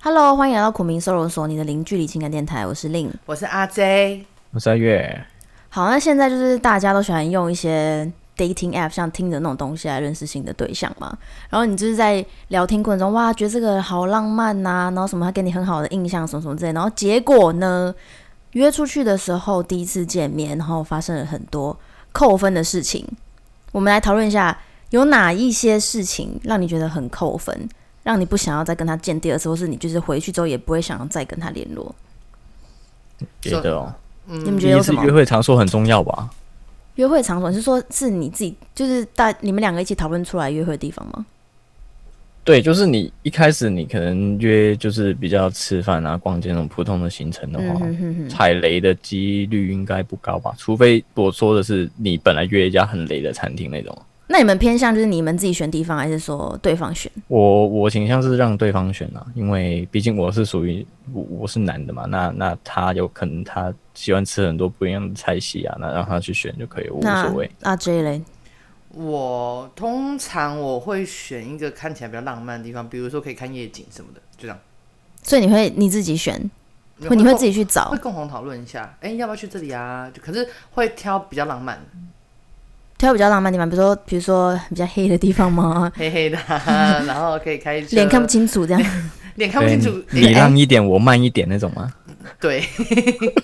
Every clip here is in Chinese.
Hello，欢迎来到苦民收容所，你的零距离情感电台，我是令。我是阿 J，我是阿月，好，那现在就是大家都喜欢用一些 dating app，像听的那种东西来认识新的对象嘛。然后你就是在聊天过程中，哇，觉得这个人好浪漫啊呐、然后什么他给你很好的印象，什么什么之类。然后结果呢，约出去的时候第一次见面，然后发生了很多扣分的事情。我们来讨论一下，有哪一些事情让你觉得很扣分，让你不想要再跟他见第二次，或是你就是回去之后也不会想要再跟他联络？觉得哦，你们觉第得一有次什么？约会场所很重要吧？约会场所，你是说是你自己，就是大你们两个一起讨论出来约会的地方吗？对，就是你一开始你可能约就是比较吃饭啊、逛街那种普通的行程的嗯话，哼哼哼，踩雷的几率应该不高吧？除非我说的是你本来约一家很雷的餐厅那种。那你们偏向就是你们自己选地方，还是说对方选？我我倾向是让对方选啊，因为毕竟我是属于我我是男的嘛，那那他有可能他喜欢吃很多不一样的菜系啊，那让他去选就可以，我无那所谓。阿 J 嘞，我通常我会选一个看起来比较浪漫的地方，比如说可以看夜景什么的，就这样。所以你会你自己选，会哦你会自己去找 会？共同讨论一下，哎、要不要去这里啊？就可是会挑比较浪漫、挑比较浪漫的地方，比如说比如说比较黑的地方 吗？黑黑 的、啊，然后可以开车，脸看不，清楚这样。脸看不清楚，对你哎让一点，我慢一点那种吗？对，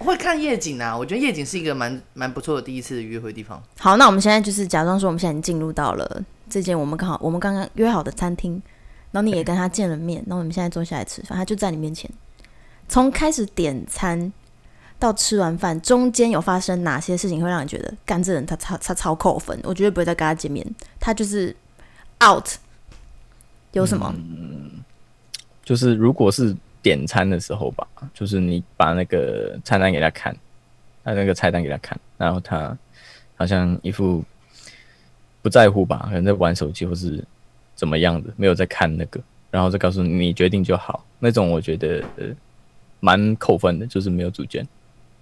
会看夜景啊。我觉得夜景是一个蛮蛮不错的第一次约会地方。好，那我们现在就是假装说我们现在已经进入到了这间我们刚好我们刚刚约好的餐厅，然后你也跟他见了面，然后我们现在坐下来吃饭，他就在你面前。从开始点餐到吃完饭，中间有发生哪些事情会让你觉得，干这人他超他超扣分，我绝对不会再跟他见面，他就是 out。有什么？就是如果是点餐的时候吧，就是你把那个菜单给他看，他那个菜单给他看，然后他好像一副不在乎吧，可能在玩手机或是怎么样的，没有在看那个，然后再告诉你你决定就好，那种我觉得呃蛮扣分的，就是没有主见。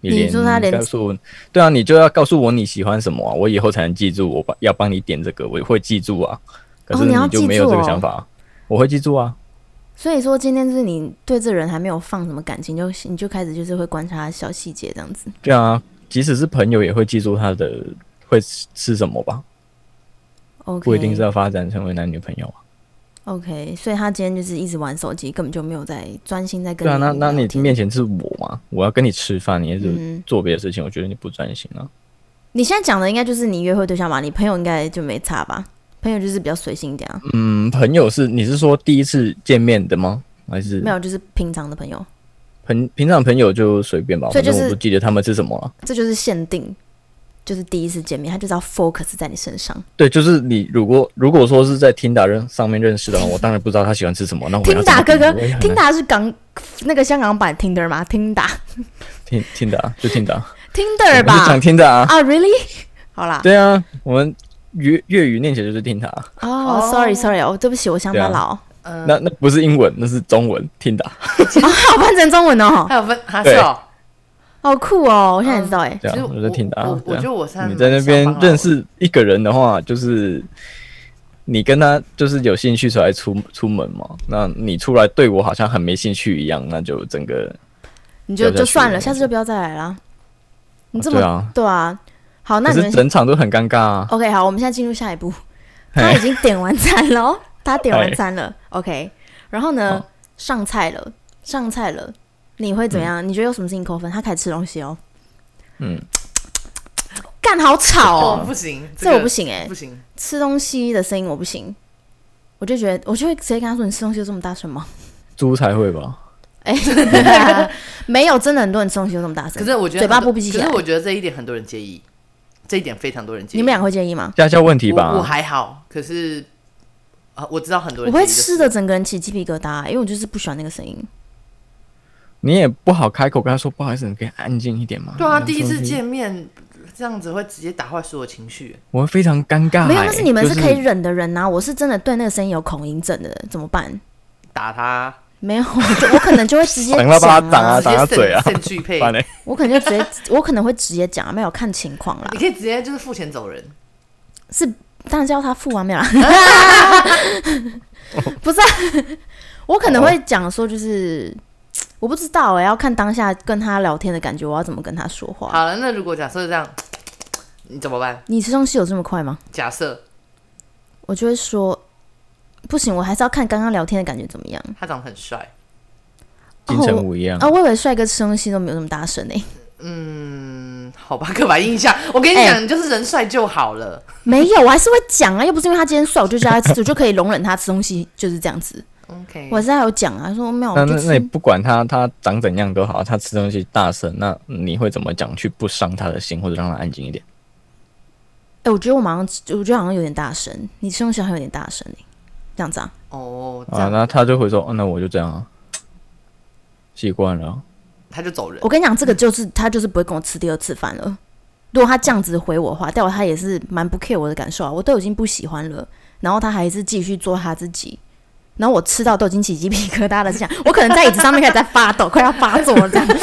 你你连说他连告诉我，对啊，你就要告诉我你喜欢什么啊，我以后才能记住，我帮要帮你点这个，我会记住啊。可哦是你要就记没有住这个哦想法、啊，我会记住啊。所以说今天就是你对这人还没有放什么感情，就你就开始就是会观察他小细节这样子。对啊，即使是朋友也会记住他的会吃吃什么吧， OK，不一定是要发展成为男女朋友啊。 OK，所以他今天就是一直玩手机，根本就没有在专心在跟对啊，那那聊你天面前是我嘛，我要跟你吃饭，你一直嗯，做别的事情，我觉得你不专心啊。你现在讲的应该就是你约会对象吧？你朋友应该就没差吧？朋友就是比较随性一点啊，嗯，朋友是你是说第一次见面的吗？还是没有就是平常的朋友，朋平常朋友就随便吧，所以就反正是我不记得他们吃什么啊了。这就是限定，就是第一次见面，他就是要 focus 在你身上。对，就是你如果如果说是在听打认上面认识的话，我当然不知道他喜欢吃什么。那我听要打哥哥听听打是港那个香港版 Tinder 吗？听打听听打就听打， Tinder 我是吧讲？听打啊。啊，Really？好啦， 对啊，我们粤粤语念起来就是听打。哦、哦 s o r r y Sorry，哦，对不起，我乡啊巴佬， 嗯、那那不是英文，那是中文，听打。好翻成中文哦，还有分还是对哦，好酷哦，我现在也知道哎、对啊其实我在听的啊我对我啊觉得我现在你在那蛮边上班了认识一个人的话，就是你跟他就是有兴趣才出出门嘛。那你出来对我好像很没兴趣一样，那就整个你就不要再就算去了，了下次就不要再来啦。你这么对啊。对啊，好，那可你是们哦整场都很尴尬啊。 OK 好，我们现在进入下 一步。嘿他已经点完餐了哦，他点完嘿餐了，OK。然后呢哎好，上菜了，上菜了，你会怎么样？你觉得有什么事情扣分？他开始吃东西哦，嗯，干好吵哦，哦，不行，这我个不行哎不，行，吃东西的声音我不行，我就觉得我就会直接跟他说：“你吃东西有这么大声 吗 猪才会吧？？”没有，真的很多人吃东西有这么大声。可是我觉得嘴巴很多不闭起可来是我觉得这一点很多人介意，这一点非常多人介意。你们俩会介意吗？家教问题我我吧？还好，可是啊、我知道很多我人会介意吃的的是，整个人起鸡皮疙瘩，啊因为我就是不喜欢那个声音。你也不好开口跟他说，不好意思，你可以安静一点嘛。对啊，那第一种次东西，见面这样子会直接打坏所有情绪。我会非常尴尬欸。没有，那是你们就是可以忍的人呐、我是真的对那个声音有恐音症的人，怎么办？打他，没有，我就我可能就会直接赏讲他巴掌啊啊，直接打他嘴啊肾肾去配， 把那我可能就直接，我可能会直接讲啊，没有看情况啦你，可以直接就是付钱走人。 是当然是要他付完没有啦，不是、啊，我可能哦会讲说，就是、我不知道哎、要看当下跟他聊天的感觉，我要怎么跟他说话。好了，那如果假设这样，你怎么办？你吃东西有这么快吗？假设我就会说，不行，我还是要看刚刚聊天的感觉怎么样。他长得很帅，金城武一样。啊，我以为帅哥吃东西都没有那么大声欸诶、嗯，好吧，刻板印象。我跟你哎讲，你就是人帅就好了。 没有，我还是会讲啊，又不是因为他今天帅，我就叫他吃，我就可以容忍他吃东西，就是这样子。 OK，我还是还有讲啊，说没有，那我那就那你吃。不管他他长怎样都好，他吃东西大声，那你会怎么讲去不伤他的心，或者让他安静一点？哎、我觉得我马上，我觉得好像有点大声，你吃东西好像有点大声诶、这样子啊。哦，这啊，样那他就会说，哦，那我就这样啊，习 惯了啊。他就走人。我跟你讲，这个就是他就是不会跟我吃第二次饭了。如果他这样子回我的话，代表他也是蛮不 care 我的感受啊，我都已经不喜欢了，然后他还是继续做他自己，然后我吃到都已经起鸡皮疙瘩了，这样我可能在椅子上面开始在发抖，快要发作了这样。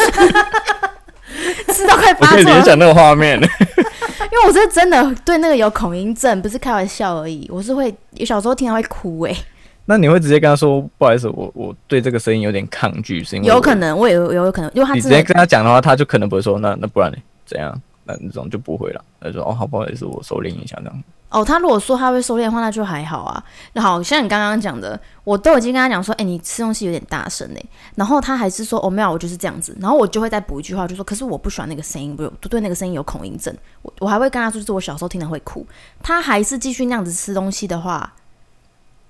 吃到快我发可以作联了，想那个画面， 因为我是真的对那个有恐音症，不是开玩笑而已。我是会小时候听到会哭欸诶、那你会直接跟他说，不好意思，我我对这个声音有点抗拒，是因为有我可能我也有有可能，因为他你直真接的跟他讲的话，他就可能不会说，那那不然呢？怎样？那那种就不会了。他就说，哦，好，不好意思，我收敛一下这样。哦，他如果说他会收敛的话，那就还好啊。那好像你刚刚讲的，我都已经跟他讲说，哎、你吃东西有点大声哎、然后他还是说，哦，没有，我就是这样子。然后我就会再补一句话，就说，可是我不喜欢那个声音，不，我对那个声音有恐音症。我我还会跟他说，就是我小时候听了会哭。他还是继续那样子吃东西的话，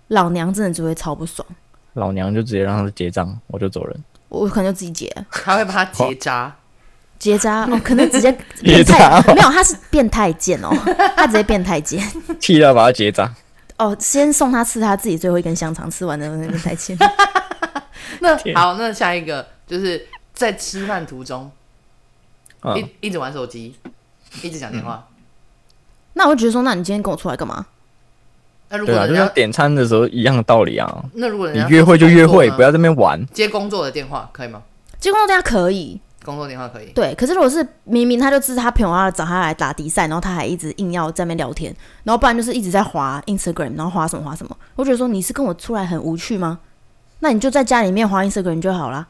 老娘真的就会超不爽，老娘就直接让他结账，我就走 人。我可能就自己结了他会把他结扎。结扎，我可能 直接结扎哦变态没有，他是变态贱哦，他直接变态贱。气到把他结账。哦，先送他吃他自己最后一根香肠，吃完的那个才签。 那天好，那下一个就是在吃饭途中嗯，一一直玩手机，一直讲电话。那我就觉得说，那你今天跟我出来干嘛？那如果对啊，就人像家点餐的时候一样的道理啊。那如果人你家约会就约会，不要要在那边玩。接工作的电话，可以吗？结果大家可以，工作电话可以。对。可是如果是明明他就知道他朋友要找他来打比赛，然后他还一直硬要在那边聊天，然后不然就是一直在滑 Instagram，然后滑什么滑什么。我觉得说你是跟我出来很无趣吗？那你就在家里面滑 Instagram 就好啦。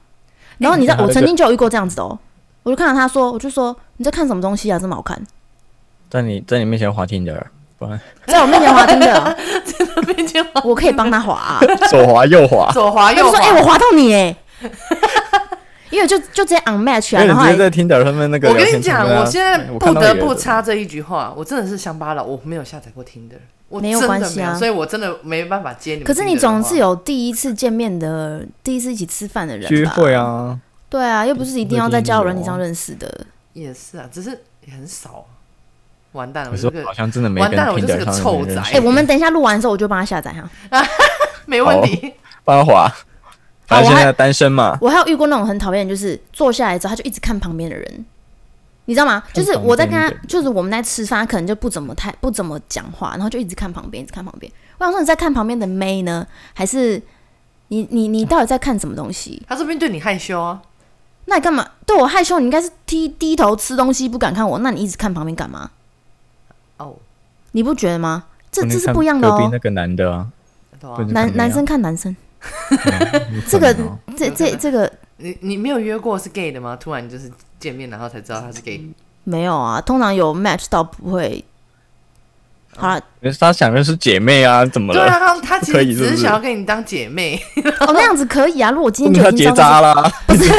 然后你知 道，哎我对曾经就有遇过这样子的哦。我就看到他说，我就说你在看什么东西啊，这么好看，在你在你面前滑 Tinder，不 然在我面前滑真 的，啊边接话我可以帮他滑、啊。左滑右滑， 左滑他就右说，哎、滑。我滑到你哎， 因为就就直接 unmatch 因啊，然为你后直还接在 Tinder 上面那个我聊跟你天讲，框啊我现在哎我不看到得也有不插这一句话，我真的是乡巴佬，我没有下载过 Tinder，我没有真的关系啊没有所以我真的没办法接你们 Tinder 的可话。是你总是有第一次见面的，第一次一起吃饭的人吧聚会。啊，对啊，又不是一定要在交友软体上认识的。也是啊，只是也很少啊。完蛋了，可我是这我个好像真的没跟完蛋了我 Tinder 就上是个面的臭人宅哎、我们等一下录完的时候，我就帮他下载哈。没问题。帮 他滑。好反正我还现在单身嘛，我还有遇过那种很讨厌，就是坐下来之后，他就一直看旁边的人，你知道吗？就是我在跟他看旁边的，人就是我们在吃饭，他可能就不怎么太不怎么讲话，然后就一直看旁边，一直看旁边。我想说你在看旁边的妹呢，还是你你你到底在看什么东西？他说不定对你害羞啊，那你干嘛对我害羞？你应该是低低头吃东西，不敢看我。那你一直看旁边干嘛？哦，你不觉得吗？这我那这是看不一样的隔壁哦。那个男的啊，对啊不，能看男妹啊男生看男生，有可这个能哦这这这个你你没有约过是 gay 的吗？突然就是见面，然后才知道他是 gay，没有啊，通常有 match 到不会。好了，可是他想的是姐妹啊，怎么对了？啊，他他其可实以是只不是想要跟你当姐妹，哦，那样子可以啊。如果今问天他就已经结知道扎啦，他 是，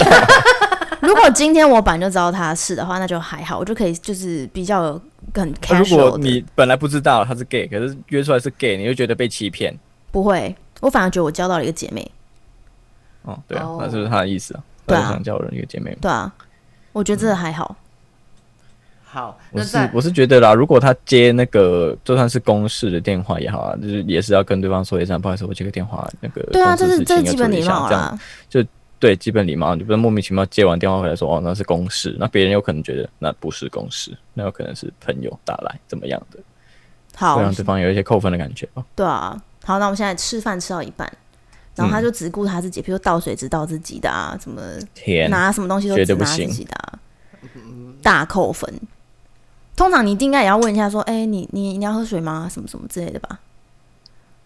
如果今天我本来就知道他是的话，那就还好，我就可以就是比较有很那啊如 casual 的，果你本来不知道他是 gay，可是约出来是 gay，你就觉得被欺骗。不会。我反而觉得我交到了一个姐妹，哦，对啊哦，那就是他的意思啊。对啊他就想叫人约姐妹嘛。对啊，我觉得这个还好。好，我那是在我是觉得啦，如果他接那个就算是公事的电话也好啊，就是也是要跟对方说一声，不好意思，我接个电话，那个对啊，公这司是事这是情基要本处理一礼下貌这样啦。对基本礼貌，你不能莫名其妙接完电话回来说哦那是公事，那别人有可能觉得那不是公事，那有可能是朋友打来怎么样的，好会，让对啊方有一些扣分的感觉吧。哦对啊，好，那我们现在吃饭吃到一半，然后嗯他就只顾他自己，比如说倒水只倒自己的啊，什么天，拿什么东西都绝只对不拿自行己的、啊，大扣分。通常你应该也要问一下说，哎、你你你要喝水吗？什么什么之类的吧？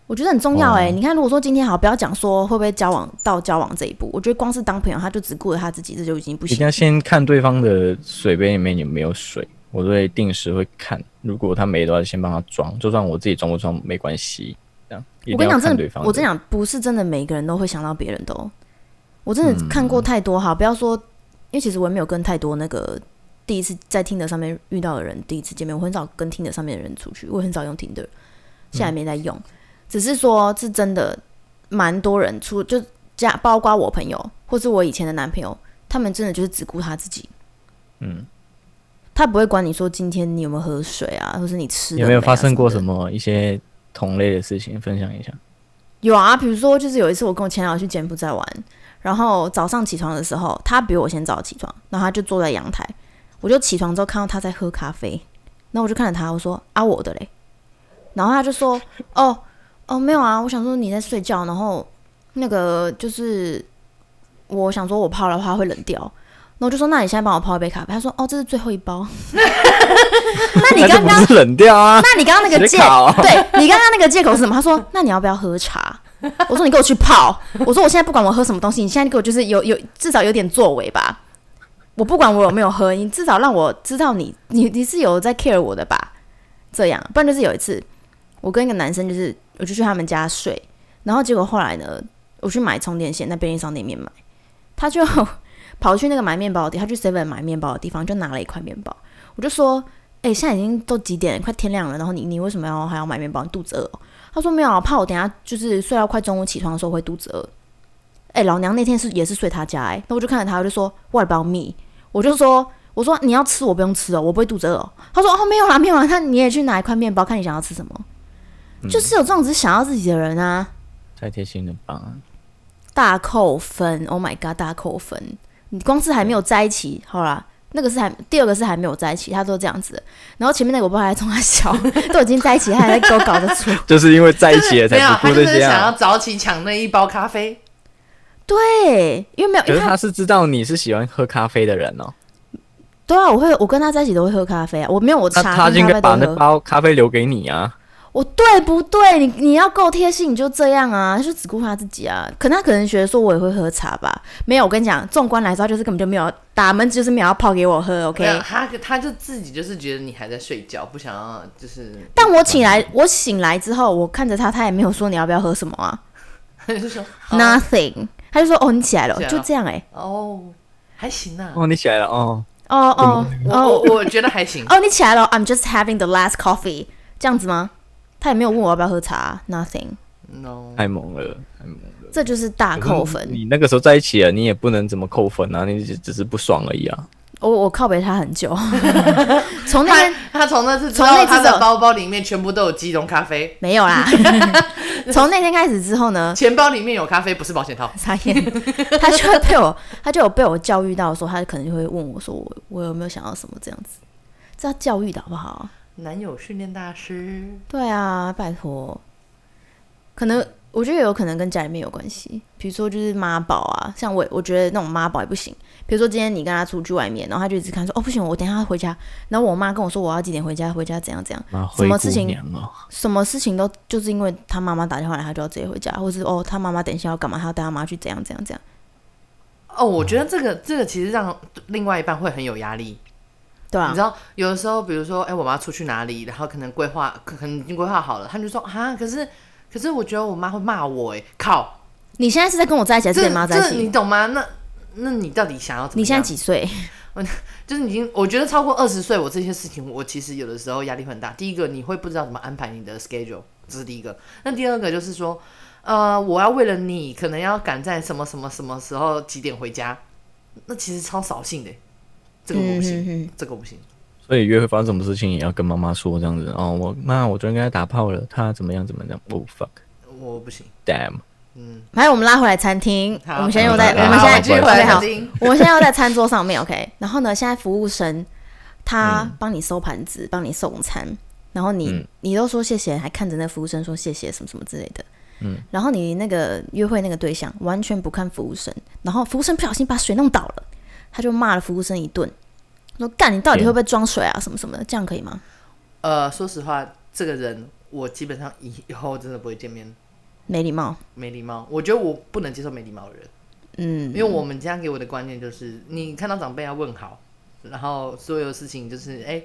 我觉得很重要哎、哦你看，如果说今天好，不要讲说会不会交往到交往这一步，我觉得光是当朋友，他就只顾着他自己，这就已经不一行定要。先看对方的水杯里面有没有水，我都会定时会看。如果他没的话，就先帮他装，就算我自己装不装没关系。这样，一我定跟你要讲，看真对的方，我真讲，不是真的每个人都会想到别人的、哦。我真的看过太嗯多哈，不要说，因为其实我也没有跟太多那个第一次在听的上面遇到的人第一次见面，我很少跟听的上面的人出去，我也很少用听的，现在没在用。只是说，是真的蛮多人出，就加包括我朋友或是我以前的男朋友，他们真的就是只顾他自己，嗯，他不会管你说今天你有没有喝水啊，或是你吃了有没有啊发生过什么什的？么一些同类的事情？分享一下。有啊，比如说就是有一次我跟我前男友去柬埔寨玩，然后早上起床的时候，他比我先早起床，然后他就坐在阳台，我就起床之后看到他在喝咖啡，然后我就看着他，我说啊我的嘞，然后他就说哦哦没有啊，我想说你在睡觉，然后那个就是我想说我泡的话会冷掉。然后我就说：“那你现在帮我泡一杯咖啡。”他说：“哦，这是最后一包。 那你 那就刚不刚是冷掉啊，那你刚刚那个谁借，考啊对你刚刚那个借口是什么？他说：“那你要不要喝茶？”我说：“你给我去泡。”我说：“我现在不管我喝什么东西，你现在给我就是有有至少有点作为吧。我不管我有没有喝，你至少让我知道你你你是有在 care 我的吧。这样，不然就是有一次，我跟一个男生就是我就去他们家睡，然后结果后来呢，我去买充电线，在便利商店里面买，他就 跑去那个买面包的地，他去 Seven 买面包的地方，就拿了一块面包。我就说，哎、现在已经都几点了，快天亮了，然后你你为什么要还要买面包？你肚子饿、哦？他说没有啊，怕我等一下就是睡到快中午起床的时候会肚子饿。哎、老娘那天是也是睡他家哎、那我就看着他，我就说 What about me？我就说我说你要吃我不用吃哦，我不会肚子饿、哦。他说哦没有啦没有啦，那你也去拿一块面包，看你想要吃什么。就是有这种只想要自己的人啊，太贴心了吧？大扣分！Oh my god，大扣分！你光是还没有在一起，好啦，那个是还第二个是还没有在一起，他都这样子。然后前面那个我不知道还冲他 笑，都已经在一起，他还在给我搞得出。就是因为在一起了没有，才不他顾就这是些想要啊。早起抢那一包咖啡。对，因为没有，可因是为他是知道你是喜欢喝咖啡的人哦，对啊，我会我跟他在一起都会喝咖啡啊，我没有我那茶 他跟就应该咖把啡那都喝。包咖啡留给你啊。我对不对？你你要够贴心，你就这样啊，就只顾他自己啊。可他可能觉得说我也会喝茶吧？没有，我跟你讲，纵观来说，他就是根本就没有打门，就是没有要泡给我喝。OK，没啊有他他就自己就是觉得你还在睡觉，不想要就是， 但我醒来，我醒来之后，我看着他，他也没有说你要不要喝什么啊、他就说 n o t h i n g 他就说哦，你起来了，哦起来了就这样哎、哦，还行啊，哦，你起来了哦，哦哦我哦我我觉得还行。哦，你起来了，I'm just having the last coffee，这样子吗？他也没有问我要不要喝茶啊，nothing， No，太猛了，太猛了。这就是大扣分。嗯你那个时候在一起了，你也不能怎么扣分啊，你只只是不爽而已啊。我我靠北他很久，从那他天他从那次知从那道次他之的后包包里面全部都有鸡茸咖啡，没有啦，从那天开始之后呢，钱包里面有咖啡，不是保险套。傻眼，他就会被我，他就有被我教育到说，他可能就会问我说我我有没有想要什么这样子，这要教育的好不好？男友训练大师，对啊，拜托，可能我觉得有可能跟家里面有关系，比如说就是妈宝啊，像我我觉得那种妈宝也不行。比如说今天你跟他出去外面，然后他就一直看说哦不行，我等一下回家。然后我妈跟我说我要几点回家，回家怎样怎样，啊，什灰么姑事情娘哦，什么事情都就是因为他妈妈打电话来，他就要直接回家，或是哦他妈妈等一下要干嘛，他要带他妈去怎样怎样怎样。哦，我觉得这个这个其实让另外一半会很有压力。对你啊知，道，有的时候，比如说，哎、我妈出去哪里，然后可能规划，可可能已经规划好了，他们就说啊，可是可是我觉得我妈会骂我、哎，靠，你现在是在跟我在一起，还是这跟你妈在一这起你？懂吗？那那你到底想要怎么样？你现在几岁？就是已经，我觉得超过二十岁，我这些事情，我其实有的时候压力会很大。第一个，你会不知道怎么安排你的 schedule，这是第一个。那第二个就是说，呃，我要为了你，可能要赶在什么什么什么时候几点回家，那其实超扫兴的。这个我不行，嗯这个我不行。所以约会发生什么事情也要跟妈妈说这样子哦。我妈，我昨天跟她打炮了，她怎么样怎么样？哦、我不行， fuck，damn！还有我们拉回来餐厅，好我们现在又好在，好我们好现好在我继续回来 OK，好餐厅， 我们现在要在餐桌上面，OK。然后呢，现在服务生他帮你收盘子，帮你送餐，然后你、嗯你都说谢谢，还看着那服务生说谢谢什么什么之类的。嗯，然后你那个约会那个对象完全不看服务生，然后服务生不小心把水弄倒了，他就骂了服务生一顿，说：“干，你到底会不会装水啊？什么什么的，这样可以吗？”呃，说实话，这个人我基本上以后真的不会见面没礼貌。没礼貌。我觉得我不能接受没礼貌的人。嗯因，为我们家给我的观念就是，你看到长辈要问好，然后所有事情就是哎、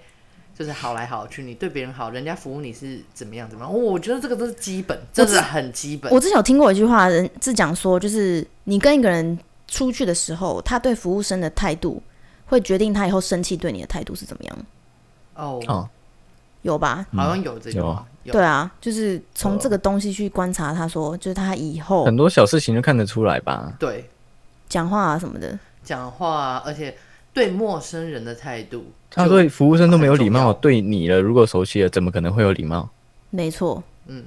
就是好来好去，你对别人好，人家服务你是怎么样怎么样。哦我觉得这个都是基本，真的很基本。我之前有听过一句话，人是讲说，就是你跟一个人出去的时候，他对服务生的态度，会决定他以后生气对你的态度是怎么样，哦，哦，有吧？好像有这句有话啊，有对嗯啊，就是从这个东西去观察，他说，就是他以哦后很多小事情就看得出来吧。对讲话啊什么的，讲话，而且对陌生人的态度，他啊就对服务生都没有礼很重貌，要对你了，如果熟悉了，怎么可能会有礼貌？没错。嗯，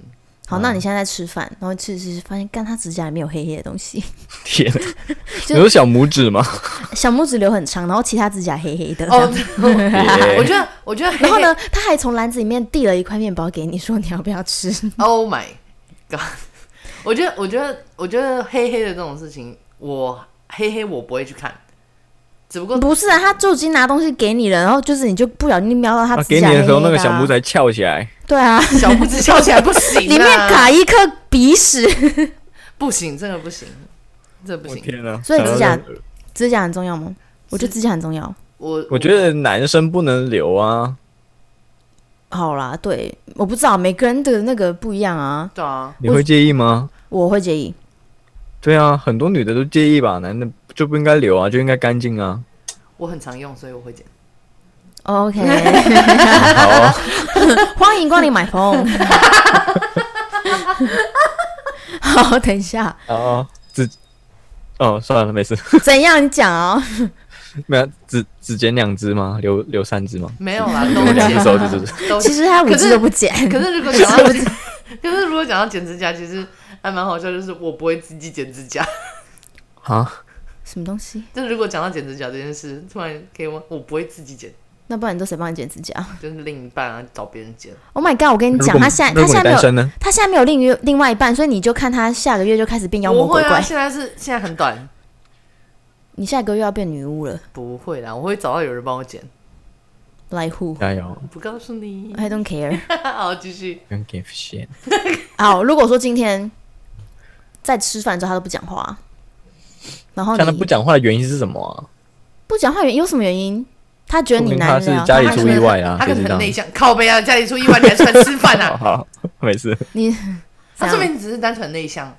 好，那你现在在吃饭，然后吃吃吃，发现干他指甲里面有黑黑的东西， 天，就你说小拇 指吗？小拇指留很长，然后其他指甲黑黑的。哦，别我觉得我觉得， 哎然后呢，他还从篮子里面递了一块面包给你，说你要不要吃？ ？Oh my god！我 觉得我觉得我觉得黑黑的这种事情，我黑黑我不会去看，只不过不是啊，他就已经拿东西给你了，然后就是你就不小心瞄到他他指给你甲黑的黑时候，那个啊小拇指还翘起来，对啊，小拇指翘起来不行、啊， 里面卡一颗鼻屎， 不行，这个不行，这不我行。天哪！所以指甲想到这个指甲很重要吗？我觉得指甲很重要。我我觉得男生不能留啊，好啦，对，我不知道每个人的那个不一样啊，对啊，你会介意吗？我会介意。对啊，很多女的都介意吧，男的就不应该留啊，就应该干净啊。我很常用，所以我会剪。 OK， 好啊，欢迎光临买风。好，等一下，好啊，指哦，算了，没事， 怎样？你讲啊、没有只只剪两只吗？留留三只吗？没有 啦，都留两只手剪，指就是都其剪。实他五只都不剪，可是如果讲到， 可是如果讲到剪指甲，其实还蛮好笑，就是我不会自己剪指甲。啊，什么东西？就是如果讲到剪指甲这件事，突然给我，我不会自己剪，那不然你都谁帮你剪指甲就是另一半啊找别人剪。 ？Oh my god！我跟你如讲，果他现在他如果现在你单没有身呢？他现在没有另一另外一半，所以你就看他下个月就开始变妖魔我鬼会怪。啊，现在是现在很短，你下个月要变女巫了不会啦，我会找到有人帮我剪， ，Like who？I 加油不告诉你。 don't care。好，继续。 ，don't give a shit。好，如果说今天在吃饭的时候他都不讲话，然后像哦他你不讲话的原因是什么啊？不讲话原因有什么原因？他觉得说你明难他聊是，家里他可出能意外啊，他可谁能知很道？内向，靠背啊，家里出意外你还出来吃饭啊 好？ 好，没事，你他怎说样明你只是单纯内向，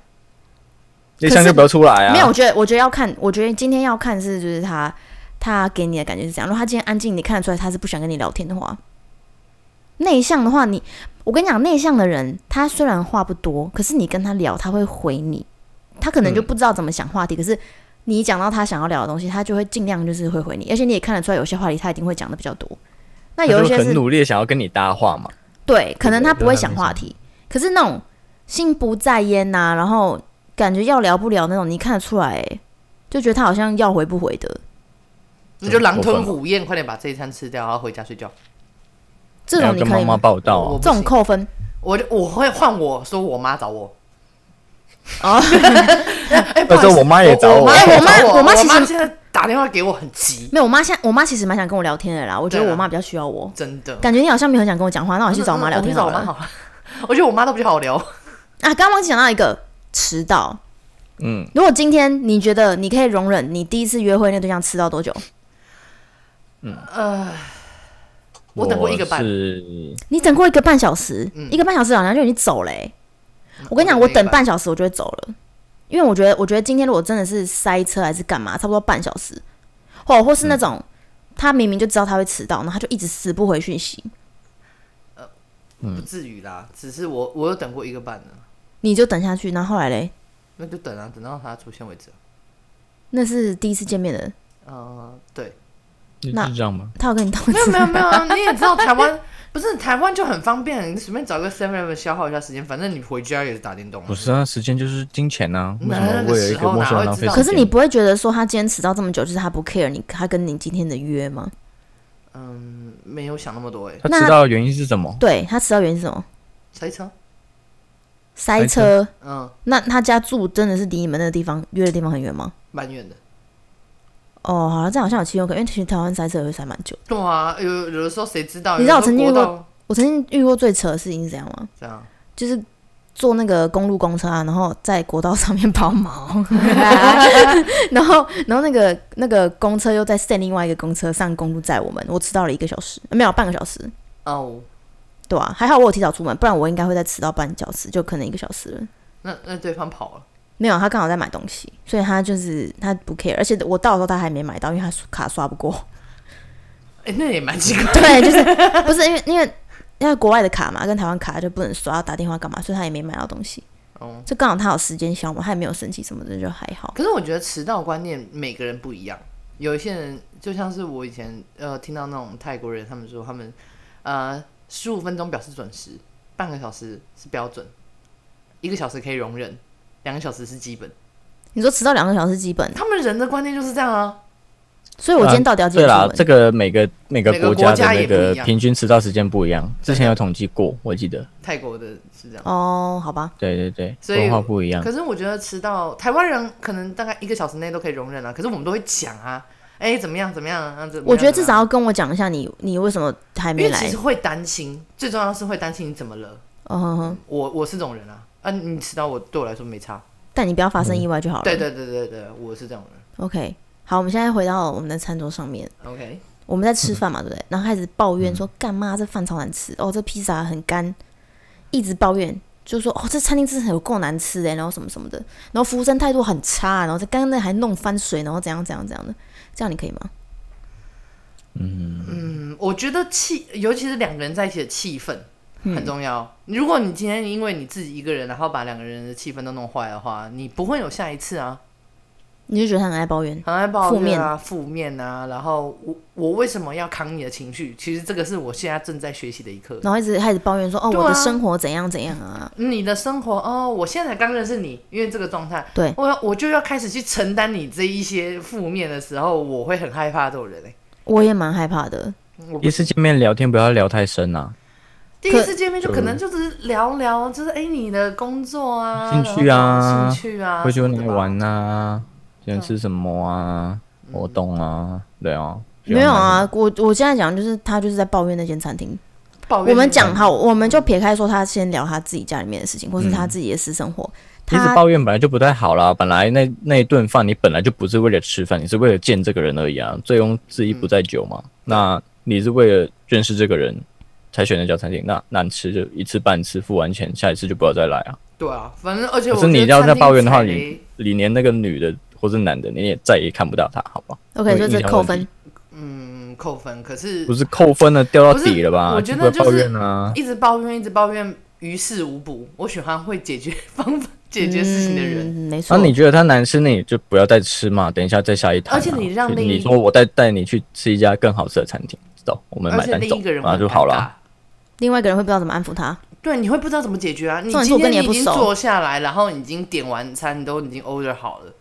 内向就不要出来啊。没有，我觉得我觉得要看，我觉得今天要看是就是他他给你的感觉是这样。如果他今天安静，你看得出来他是不想跟你聊天的话，内向的话你，我跟你讲，内向的人他虽然话不多，可是你跟他聊他会回你，他可能就嗯不知道怎么想话题，可是。你一讲到他想要聊的东西，他就会尽量就是会回你，而且你也看得出来，有些话题他一定会讲的比较多。那有一他些就是很努力地想要跟你搭话嘛。对，可能他不会对想没话错题，可是那种心不在焉呐、然后感觉要聊不聊那种，你看得出来、欸，就觉得他好像要回不回的。你就狼吞虎咽，快点把这一餐吃掉，然后回家睡觉。这还要种你跟可妈以妈吗？报道啊我。这种扣分 我就我会换我说我妈找我，哦，哎，不那好时意候思我妈也找我我，妈哎 也我妈找我我妈我其实妈现在打电话给我很急，没有，我妈现我妈其实蛮想跟我聊天的啦。我觉对得啊我妈比较需要我，真的。感觉你好像没有很想跟我讲话，那我去找我妈聊我去天找好我嗯妈了。好了。我 觉得我妈都比较好聊，啊，刚忘记讲到一个迟到。嗯，如果今天你觉得你可以容忍你第一次约会那对象迟到多久？我等过一个半是你等过一个半小时，嗯一个半小时老娘就已经走了、欸。我跟你讲，我我等那等一半半小时我就会走了，因为我觉得，我觉得今天如果真的是塞车还是干嘛，差不多半小时，或或是嗯那种、他明明就知道他会迟到，然后他就一直死不回讯息，不至于啦。只是我我有等过一个半呢，你就等下去，然后后来嘞，那就等啊，等到她出现为止。那是第一次见面的，嗯， 对，是那是这样吗？他有跟你道没有歉，没有没有啊，你也知道台湾 不是台湾就很方便，你随便找个 Seven Eleven 消耗一下时间，反正你回家也是打电动啊。不是啊，时间就是金钱啊，为什那么个为了一时个候陌哪生会人浪知费道时间？ 可是你不会觉得说他今天迟到这么久，就是他不 care 你，他跟你今天的约吗？嗯，没有想那么多哎，他那知道的原因是什么？对他迟到原因是什么？塞车，塞塞车。嗯，那他家住真的是离你们那个地方约的地方很远吗？蛮远的。哦，好了，这样好像有情有可原，因为其实台湾塞车也会塞蛮久的。对啊，有有的时候谁知道？你知道有的时候我曾经遇国过道我曾经遇过最扯的事情是怎样吗？这样。就是坐那个公路公车啊，然后在国道上面抛锚，然后然后那个那个公车又在 send 另外一个公车上公路载我们，我迟到了一个小时，没有半个小时，哦，对啊，还好我有提早出门，不然我应该会再迟到半小时，就可能一个小时了。那那对方跑了， 没有，他刚好在买东西，所以他就是他不 care，而且我到的时候他还没买到，因为他卡刷不过。哎，那也蛮奇 怪。 对，就是不是因为因为因为国外的卡嘛，跟台湾卡就不能刷，要打电话干嘛，所以他也没买到东西。哦，就刚好他有时间消磨，他也没有生气什么的，就还好。可是我觉得迟到观念每个人不一样，有一些人就像是我以前呃听到那种泰国人，他们说他们呃十五分钟表示准时，半个小时是标准，一个小时可以容忍，两个小时是基本。你说迟到两个小时基本，啊他们人的观念就是这样啊。所以我今天到底要几啊对点出啦门？，这个每个每个每个国国家的家也那不个一样平均迟到时间不一样，之前有统计过，我记得。泰国的是这样，哦，好吧，对对对，所以文化不一样。可是我觉得迟到台湾人可能大概一个小时内都可以容忍啊，可是我们都会抢啊，哎、怎么样怎么样啊？怎么样我觉得至怎少么样要跟我讲一下你你为什么还因没为其来实。会担心，最重要是会担心你怎么了。嗯哼哼，我我是这种人啊，啊，你迟到我对我来说没差。但你不要发嗯生意外就好了。对对对对对，我是这种人。 OK，好，我们现在回到我们的餐桌上面， OK，我们在吃饭嘛，对不对？然后开始抱嗯怨说，干妈这饭超难吃，哦，这披萨很干，一直抱怨，就说哦，这餐厅真是有够难吃的，然后什么什么的，然后服务生态度很差，然后在刚刚那还弄翻水，然后怎样怎样怎样的，这样你可以吗？嗯，我觉得气，尤其是两个人在一起的气氛嗯很重要。如果你今天因为你自己一个人，然后把两个人的气氛都弄坏的话，你不会有下一次啊。你就觉得他很爱抱怨，很爱抱怨啊，负面啊，然后我我为什么要扛你的情绪？其实这个是我现在正在学习的一课。然后一直开始抱怨说，哦，对啊我的生活怎样怎样啊，你的生活哦，我现在才刚认识你，因为这个状态，对我要我就要开始去承担你这一些负面的时候，我会很害怕这种人、欸、我也蛮害怕的。我一次见面聊天不要聊太深啊，第一次见面就可能就只是聊聊，就是哎、你的工作啊，兴趣啊然后兴趣啊，会去什么哪的里吧嗯玩啊，喜欢吃什么啊，活动啊，对啊。没有喜欢买什啊么，，我我现在讲就是他就是在抱怨那间餐厅。抱怨我们讲好，我们就撇开说他先聊他自己家里面的事情，或是他自己的私生活。一直他抱怨本来就不太好啦。本来那那一顿饭你本来就不是为了吃饭，你是为了见这个人而已啊。醉翁之意不在酒嘛。嗯那你是为了认识这个人才选那家餐厅，那难吃就一次半次，付完钱下一次就不要再来啊。对啊，反正而且可我是你觉得要再餐厅抱怨的话，踩你雷你连那个女的或是男的你也再也看不到他，好不好？ OK，会所以这影响扣问分题。嗯扣分，可是不是扣分了，掉到底了不吧？是我觉得不要抱就是怨啊。一直抱怨，一直抱怨，于事无补。我喜欢会解决方法、 解决事情的人。嗯、没错。那、你觉得它难吃，那你就不要再吃嘛，等一下再下一摊、啊。而且你让就是另一你说我带带你去吃一家更好吃的餐厅，走，我们而买且单另走一个人会啊很就好尴尬了。。另外一个人会不知道怎么安抚他，对，你会不知道怎么解决啊！你重点是今我跟天你也已不经熟坐下来，然后你已经点完餐，你都已经 order 好了，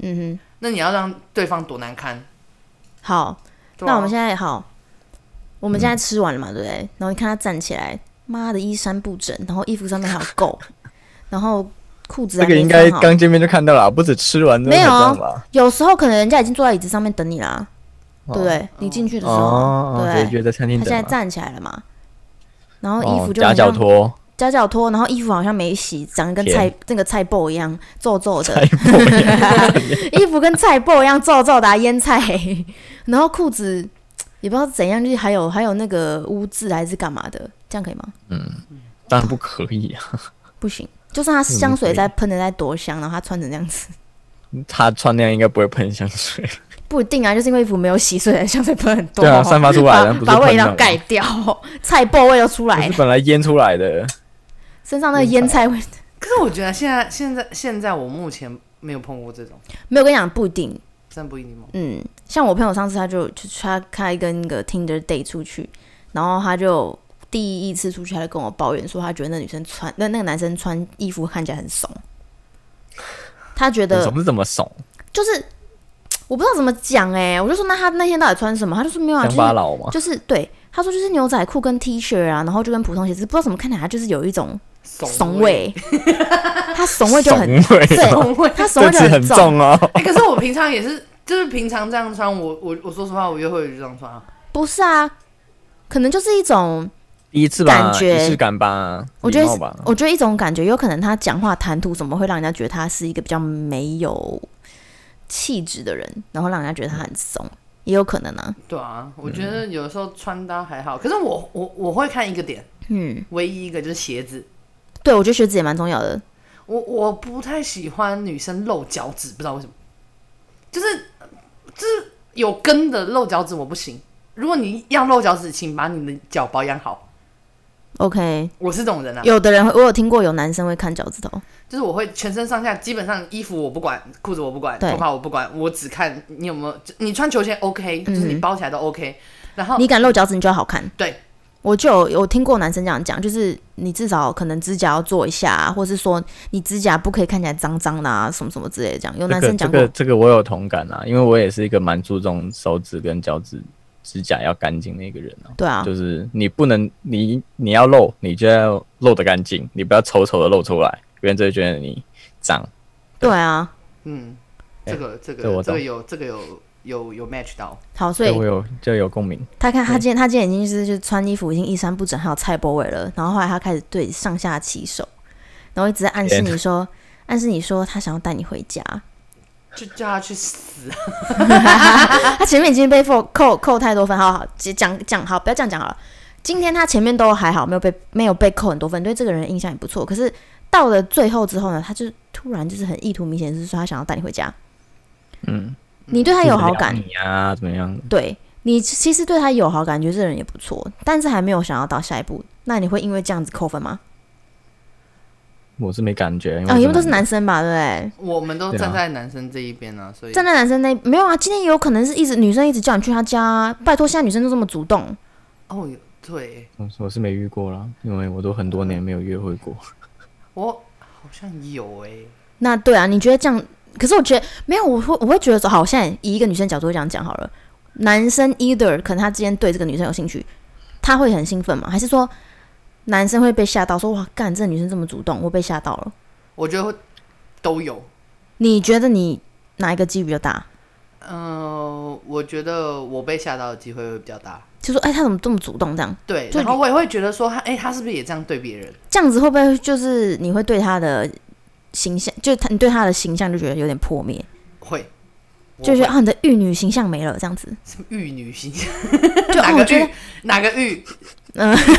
嗯那你要让对方多难堪？哼，好，对啊那我们现在好，我们现在吃完了嘛，对不对？然后你看他站起来，妈的衣衫不整，然后衣服上面还有垢， 然后裤子这还个没应该穿好。刚见面就看到了，不止吃完没有啊真的很棒吧有时候可能人家已经坐在椅子上面等你啦，对不对？你进去的时候，哦，对对，不对，约在餐厅他现在等嘛。站起来了嘛，然后衣哦服就夹很脚像拖，夹脚拖，然后衣服好像没洗，长得跟天菜那个菜包一样皱皱的哎，不一样 衣服跟菜布一样皱皱的、啊、腌菜，然后裤子也不知道怎样，就是还有还有那个污渍还是干嘛的，这样可以吗？当然不可以啊！不行，就算他香水可以再喷的再多香，然后他穿成那样子，他穿那样应该不会喷 香水，不一定啊，就是因为衣服没有洗，所以香水喷很多，对啊，散发出来把的不是把味喷道的，盖掉，菜布味都出来是了，本来腌出来的。身上那个腌菜味。可是我觉得现在、现在、现在，我目前没有碰过这种，没有我跟你讲，不一定，真不一定吗？哦嗯，像我朋友上次他就就他开跟那个 Tinder day 出去，然后他就第一次出去，他就跟我抱怨说，他觉得那女生穿那那个男生穿衣服看起来很怂，他觉你得总是怎么怂？就是我不知道怎么讲哎、我就说那他那天到底穿什么？他就说没有啊，乡就是巴佬吗？就是对，他说就是牛仔裤跟 T 恤啊，然后就跟普通鞋子，不知道怎么看起来他就是有一种怂怂，味，他怂味就很 怂味对哦，怂味。他怂这味就次很很重，重哦。哎、可是我平常也是，就是平常这样穿，我我我说实话，我约会也就这样穿啊。不是啊，可能就是一种第一次吧，感觉仪式感吧，我觉礼貌得吧，，我觉得一种感觉，有可能他讲话谈吐什么，会让人家觉得他是一个比较没有气质的人，然后让人家觉得他很怂，也有可能啊。对啊，我觉嗯得有时候穿搭还好，可是我我我会看一个点，嗯，唯一一个就是鞋子。对，我觉得学子也蛮重要的。我我不太喜欢女生露脚趾，不知道为什么，就是就是有跟的露脚趾我不行。如果你要露脚趾，请把你的脚保养好。 OK，我是这种人啊，有的人会我有听过有男生会看脚趾头，就是我会全身上下，基本上衣服我不管，裤子我不管，对头发我不管，我只看你有没有，就你穿球鞋 OK，就是你嗯哼包起来都 OK，、然后你敢露脚趾，你就要好看。哦对，我就有有听过男生这样讲，就是你至少可能指甲要做一下、啊，或是说你指甲不可以看起来脏脏的啊，什么什么之类的这样。有男这生个讲这过，个这个我有同感啊，因为我也是一个蛮注重手指跟脚趾指甲要干净的一个人啊。对啊，就是你不能，你你要露，你就要露得干净，你不要丑丑的露出来，别人就会觉得你脏。对啊。嗯，哎这个这个这我这懂个有这个有有有 match 到，好，所以对我有就有共鸣。他看他今天他今天已经是就是穿衣服已经衣衫不整，还有菜包尾了。然后后来他开始对上下起手，然后一直在暗示你说，暗示你说他想要带你回家。就叫他去死。他前面已经被扣扣扣太多分，好好只讲讲好，不要这样讲好了。今天他前面都还好，没有被没有被扣很多分，对这个人印象也不错。可是到了最后之后呢，他就突然就是很意图明显，是说他想要带你回家。嗯，你对他有好感，就是聊你啊，怎么样？对你其实对他有好感，觉得这人也不错，但是还没有想要到下一步。那你会因为这样子扣分吗？我是没感觉。啊、为因为都是男生吧，对不对？我们都对啊站在男生这一边啊，所以站在男生那没有啊，今天也有可能是一直女生一直叫你去她家啊，拜托，现在女生都这么主动，哦，有对我是我是没遇过啦，因为我都很多年没有约会过。我好像有哎、那对啊，你觉得这样？可是我觉得没有，我会我会觉得说，好，我现在以一个女生角度这样讲好了，男生 either 可能他之间对这个女生有兴趣，他会很兴奋吗？还是说男生会被吓到说哇，干这女生这么主动，我被吓到了？我觉得会都有。你觉得你哪一个几率比较大？嗯、我觉得我被吓到的机会会比较大。就说哎，他怎么这么主动？这样对，就然后我也会觉得说，他哎、他是不是也这样对别人？这样子会不会就是你会对他的形象，就他你对他的形象就觉得有点破灭？会，就觉得我啊，你的玉女形象没了，这样 子。会玉女心，就哪哦，我个觉得嗯啊玉哪个玉？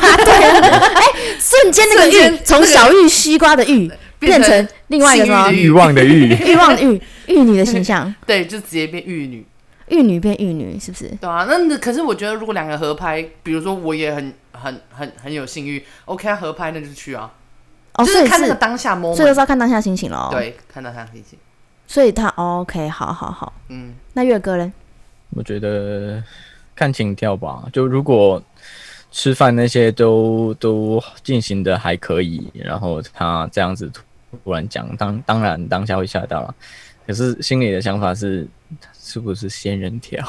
哎瞬间那个玉瞬间从小玉西瓜的玉变变成成另外一个什么性欲望的欲欲望的玉玉女的形象，对，就直接变玉女，玉女变玉女，是不是？对啊。那那可是我觉得，如果两个合拍，比如说我也很很很很有性欲，OK，啊合拍那就去啊，哦，就所是以看那个是，当下所以就是 moment。要看当下心情喽。，对，看到他的心情，所以他哦 OK，好好好，嗯，那月哥嘞？我觉得看情调吧，就如果吃饭那些都都进行的还可以，然后他这样子突然讲，当当然当下会吓到了，可是心里的想法是是不是仙人跳？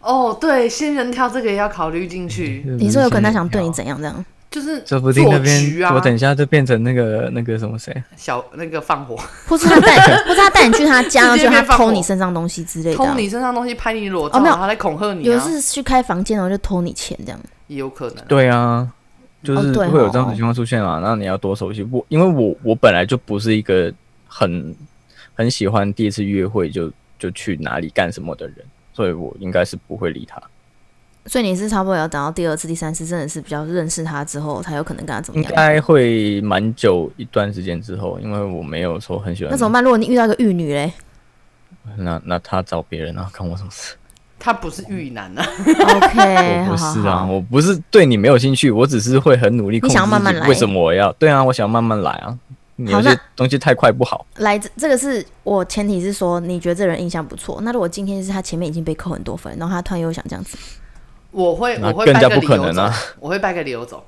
哦，对，仙人跳这个也要考虑进去，你说有可能他想对你样？怎样这样？就是嗯说不定那做局边、啊我等一下就变成那个那个什么谁，小那个放火，或是他带， 或是他带你去他家，然后直接就他变放火偷你身上东西之类的偷啊。你身上东西，拍你裸照，哦没有然后来恐吓你有啊，是去开房间，然后就偷你钱这样。也有可能啊。对啊，就哦是对会有哦这样的情况出现啊。那你要多熟悉我，因为我我本来就不是一个很很喜欢第一次约会就就去哪里干什么的人，所以我应该是不会理他，所以你是差不多要等到第二次、第三次，真的是比较认识他之后，才有可能跟他怎么应样？该会蛮久一段时间之后，因为我没有说很喜欢那怎么办？如果你遇到一个玉女 嘞那那他找别人啊，关我什么事？他不是玉男啊， ？OK，我好不哎好是啊，好。我不是对你没有兴趣，我只是会很努力你控制想要慢自慢己来为什么我要？对啊，我想要慢慢来啊。你好有那些东西太快不好。来，这这个是我前提是说，你觉得这人印象不错。那如果今天是他前面已经被扣很多分，然后他突然又想这样子，我会那我会更掰加个不理可由能走啊，我会掰个理由走。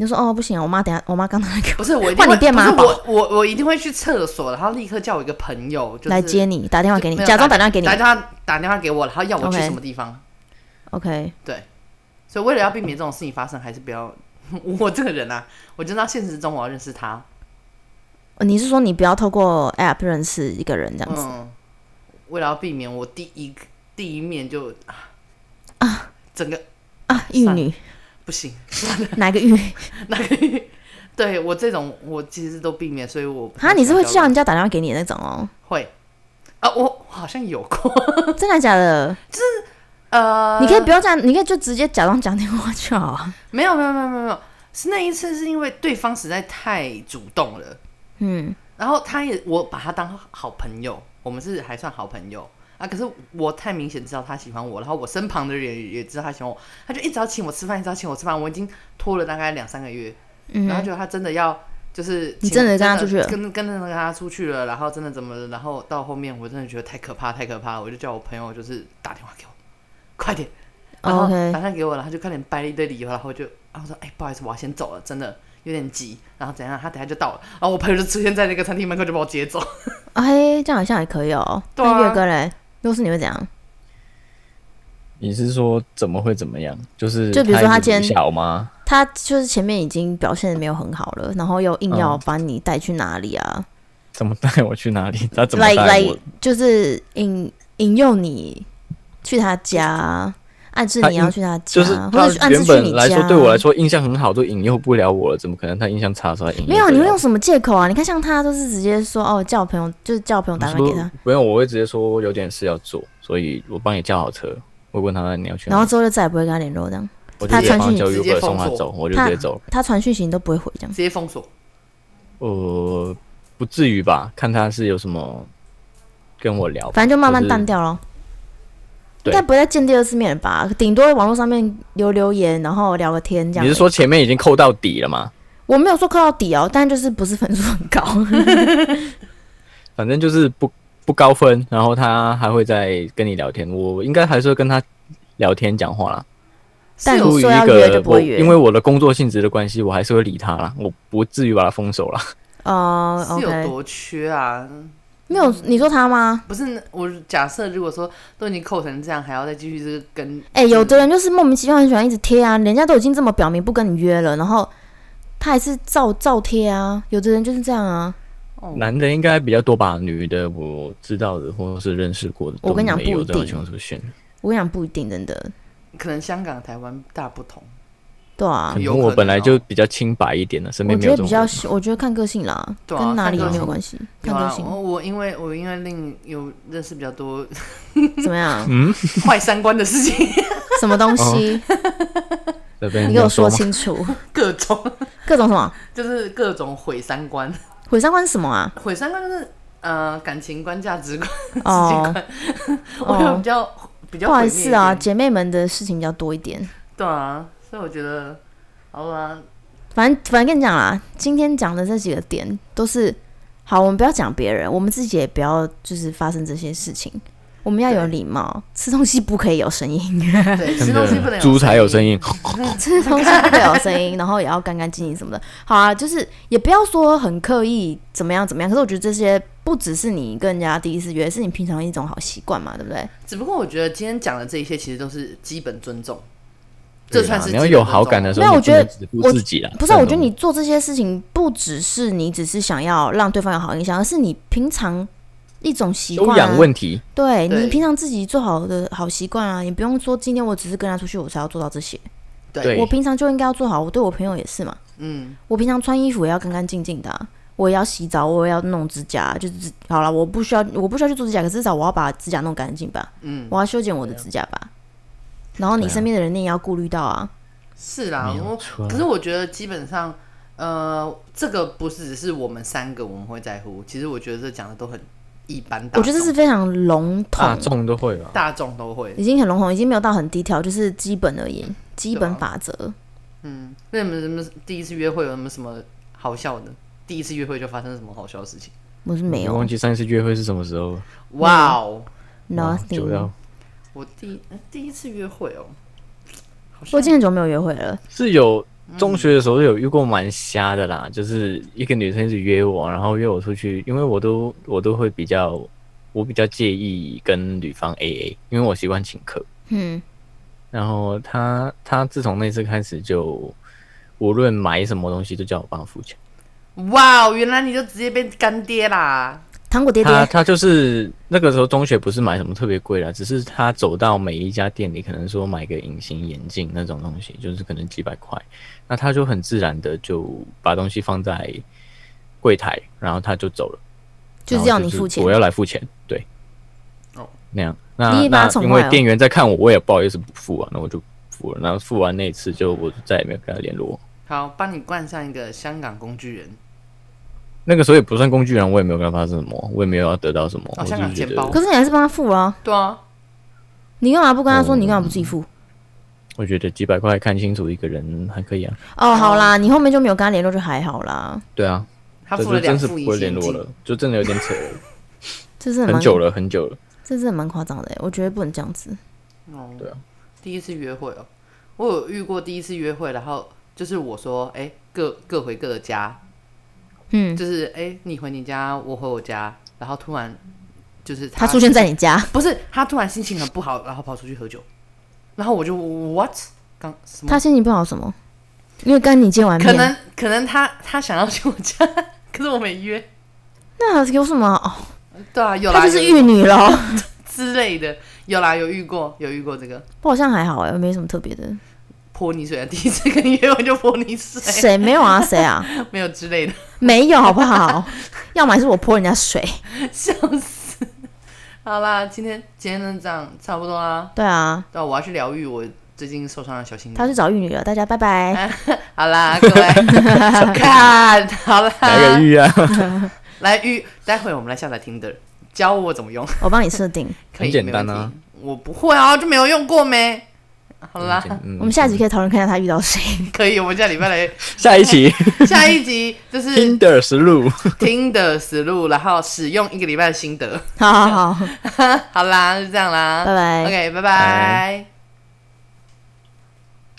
你就说哦不行啊，我妈等下我妈刚拿来给不我是我一定换会你变不是妈宝我我我一定会去厕所，然后立刻叫我一个朋友，就 是来接你，打电话给你，没有假装打电话给你打电话打电话给我，然后要我去 OK 什么地方。 ，OK，所以为了要避免这种事情发生，还是不要 我这个人啊，我知道现实中我要认识他，哦你是说你不要透过 App 认识一个人这样子？嗯，为了要避免我第一第一面就啊整个啊，玉女，不行，哪个 玉？那个对我这种我其实都避免，所以我不太啊，你是会喜叫欢交人流家打电话给你的那种哦？会啊？我我好像有过，真的假的？呃， 你可以不要这样，你可以就直接假装讲电话就好啊。 没有没有没有没有没有，是那一次是因为对方实在太主动了，嗯，然后他也我把他当好朋友，我们是还算好朋友啊。可是我太明显知道他喜欢我，然后我身旁的人也也知道他喜欢我，他就一直要请我吃饭，一直要请我吃饭，我已经拖了大概两三个月，嗯然后就他真的要。就是你请真的跟他出去了跟跟真的跟他出去了，然后真的怎么了？然后到后面我真的觉得太可怕，太可怕了，我就叫我朋友就是打电话给我，快点，然后哦 OK 打算给我了，他就快点掰了一堆理由，然后我就然后说，哎、不好意思，我要先走了，真的有点急，然后怎样，他等下就到了，然后我朋友就出现在那个餐厅门口就把我接走， 哎，这样好像也可以哦。对啊那月哥嘞，如果是你会怎样？你是说怎么会怎么样？就是就比如说他一直今天不小吗？ 他就是前面已经表现的没有很好了，然后又硬要嗯把你带去哪里嗯啊？怎么带我去哪里？ 他怎么来带来我？就是引引诱你去他家，暗示他你要引去他家，就是或者他是暗示原去你本家。来说对我来说印象很好，都引诱不了我了，怎么可能他印象差的时候还引诱没有，得你了会用什么借口啊？你看像他都是直接说哦，叫朋友，就是叫朋友我打电话给说他，不用，我会直接说我有点事要做，所以我帮你叫好车。我问他你要去哪然里，后之后就再也不会跟他联络这样。我就他直接传帮讯他叫直接 Uber 送封他锁走，我就他直接走了。他传讯息你都不会回这样直。接封锁。呃，不至于吧？看他是有什么跟我聊吧，反正就慢慢就是淡掉了。应对该不会再见第二次面了吧？顶多网络上面留留言，然后聊个天这样而已。你是说前面已经扣到底了吗？我没有说扣到底哦，但就是不是分数很高。 反正就是不不高分，然后他还会再跟你聊天，我应该还是会跟他聊天讲话啦。但是你有出于说要一约就个不我会约因为我的工作性质的关系，我还是会理他啦，我不至于把他封手啦。哦、o 是有 k 多缺啊？没有，你说他吗？不是我假设，如果说都已经扣成这样，还要再继续这个跟哎、有的人就是莫名其妙很喜欢一直贴啊，人家都已经这么表明不跟你约了，然后他还是照照贴啊。有的人就是这样啊。哦男的应该比较多吧，女的我知道的或是认识过的，我跟你讲都没有不一这种定情况出现，我跟你讲不一定，真的，可能香港、台湾大不同。对啊可。有能可我本能来哦就比较清白一点的，身我边没觉有得这比种较人。喜，我觉得看个性啦，对啊跟哪里也没看个性有关系，看有个啊，性我我因为我因为另有认识比较多 怎么样？嗯坏三观的事情，什么东西？这 边你给哦有我说吗清楚。各种 各种什么就是各种毁三观。毁三观是什么 啊？毁三观就是呃感情观、价值观、世界哦观，我有比哦，较比较不好意毁灭思一啊，点，姐妹们的事情比较多一点。对啊，所以我觉得，好吧，反正反正跟你讲啦，今天讲的这几个点都是好，我们不要讲别人，我们自己也不要就是发生这些事情。我们要有礼貌，吃东西不可以有声音，对，吃真东西不能的猪才有声音， 音， 吃东西不可以有声音，然后也要干干净净什么的。好啊，就是也不要说很刻意怎么样怎么样。可是我觉得这些不只是你跟人家第一次约，是你平常一种好习惯嘛，对不对？只不过我觉得今天讲的这一些其实都是基本尊重，这对啦算是你要基本有尊好重感的时没候，有你我觉不能得只顾我自己啦。不是啊，这我种觉得你做这些事情不只是你只是想要让对方有好印象，而是你平常一种习修惯、啊养。问题，对对你平常自己做好的好习惯啊，你不用说今天我只是跟他出去，我才要做到这些。对我平常就应该要做好，我对我朋友也是嘛。嗯，我平常穿衣服也要干干净净的啊、我也要洗澡，我也要弄指甲，就是好了，我不需要，我不需要去做指甲，可至少我要把指甲弄干净吧，嗯，我要修剪我的指甲吧。然后你对啊身边的人你也要顾虑到啊，是啦，没有我错可是我觉得基本上。呃，这个不是只是我们三个我们会在乎，其实我觉得这讲的都很一般大众，我觉得这是非常笼统，大众都会吧。大众都会。已经很笼统，已经没有到很低调，就是基本而言，基本法则。啊嗯，那你们什么第一次约会有什么什么好笑的？第一次约会就发生什么好笑的事情？我是没我有忘记上一次约会是什么时候了。哇哦，哇久，nothing 了。我第呃第一次约会哦，好我像已经很久没有约会了。是有嗯中学的时候有遇过蛮瞎的啦，就是一个女生一直约我，然后约我出去，因为我都我都会比较，我比较介意跟女方 AA，因为我习惯请客。嗯，然后她她自从那次开始就，无论买什么东西都叫我帮她付钱。哇哦，原来你就直接变干爹啦！糖果爹他爹，他就是那个时候中学不是买什么特别贵的，只是他走到每一家店里，可能说买个隐形眼镜那种东西，就是可能几百块，那他就很自然的就把东西放在柜台，然后他就走了，就是然要后你付钱我。要来付钱，对，哦，那样，那你也把他那宠因坏为了店员在看我，我也不好意思不付啊，那我就付了，然后付完那一次就我就再也没有跟他联络，好，帮你冠上一个香港工具人。那个时候也不算工具人，我也没有跟他发生什么，我也没有要得到什么，哦我就香港觉钱得包可是你还是帮他付啊，对啊，你干嘛不跟他说？你干嘛不自己付？我觉得几百块看清楚一个人还可以啊。哦，好啦，你后面就没有跟他联络就还好啦，对啊，他这付了就两真是副不隐会形联眼络镜。了，就真的有点扯了，这真的很蛮，久了，很久了。这真的蛮夸张的欸，我觉得不能这样子。哦，对啊，第一次约会哦，我有遇过第一次约会，然后就是我说，哎、各各回各的家，嗯，就是哎、你回你家，我回我家，然后突然就是他出现在你家，不是他突然心情很不好，然后跑出去喝酒，然后我就 what 刚什么？他心情不好什么？因为跟你见完面，嗯可能可能他他想要去我家， 可是我没约。那有什么？哦，对啊，有啦，他就是有玉 女咯。之类的，有啦，有遇过，有遇过这个我好像还好哎、没什么特别 的。泼泥水啊，第 一次跟你约会就泼泥水，谁没有啊？谁啊？没有之类的，没有好不好？要么是我泼人家水。笑死。好啦，今天今天的这样差不多啦。对啊，对啊，我要去疗愈我最近受伤的小心灵他。去找玉女了，大家拜拜。嗯好啦， 各位，收看好来个啦，玉啊，来预，待会我们来下载 Tinder，教我怎么用，我帮你设定，可以很简单啊。没问题我不会啊，就没有用过没。好 啦，嗯我们下集可以讨论看一下他遇到谁。可以，我们下礼拜来下一期下一集就是 Tinder 实录，听的思路，然后使用 一个礼拜的心得。好好好，好啦，就这样啦，拜拜。 OK，拜拜。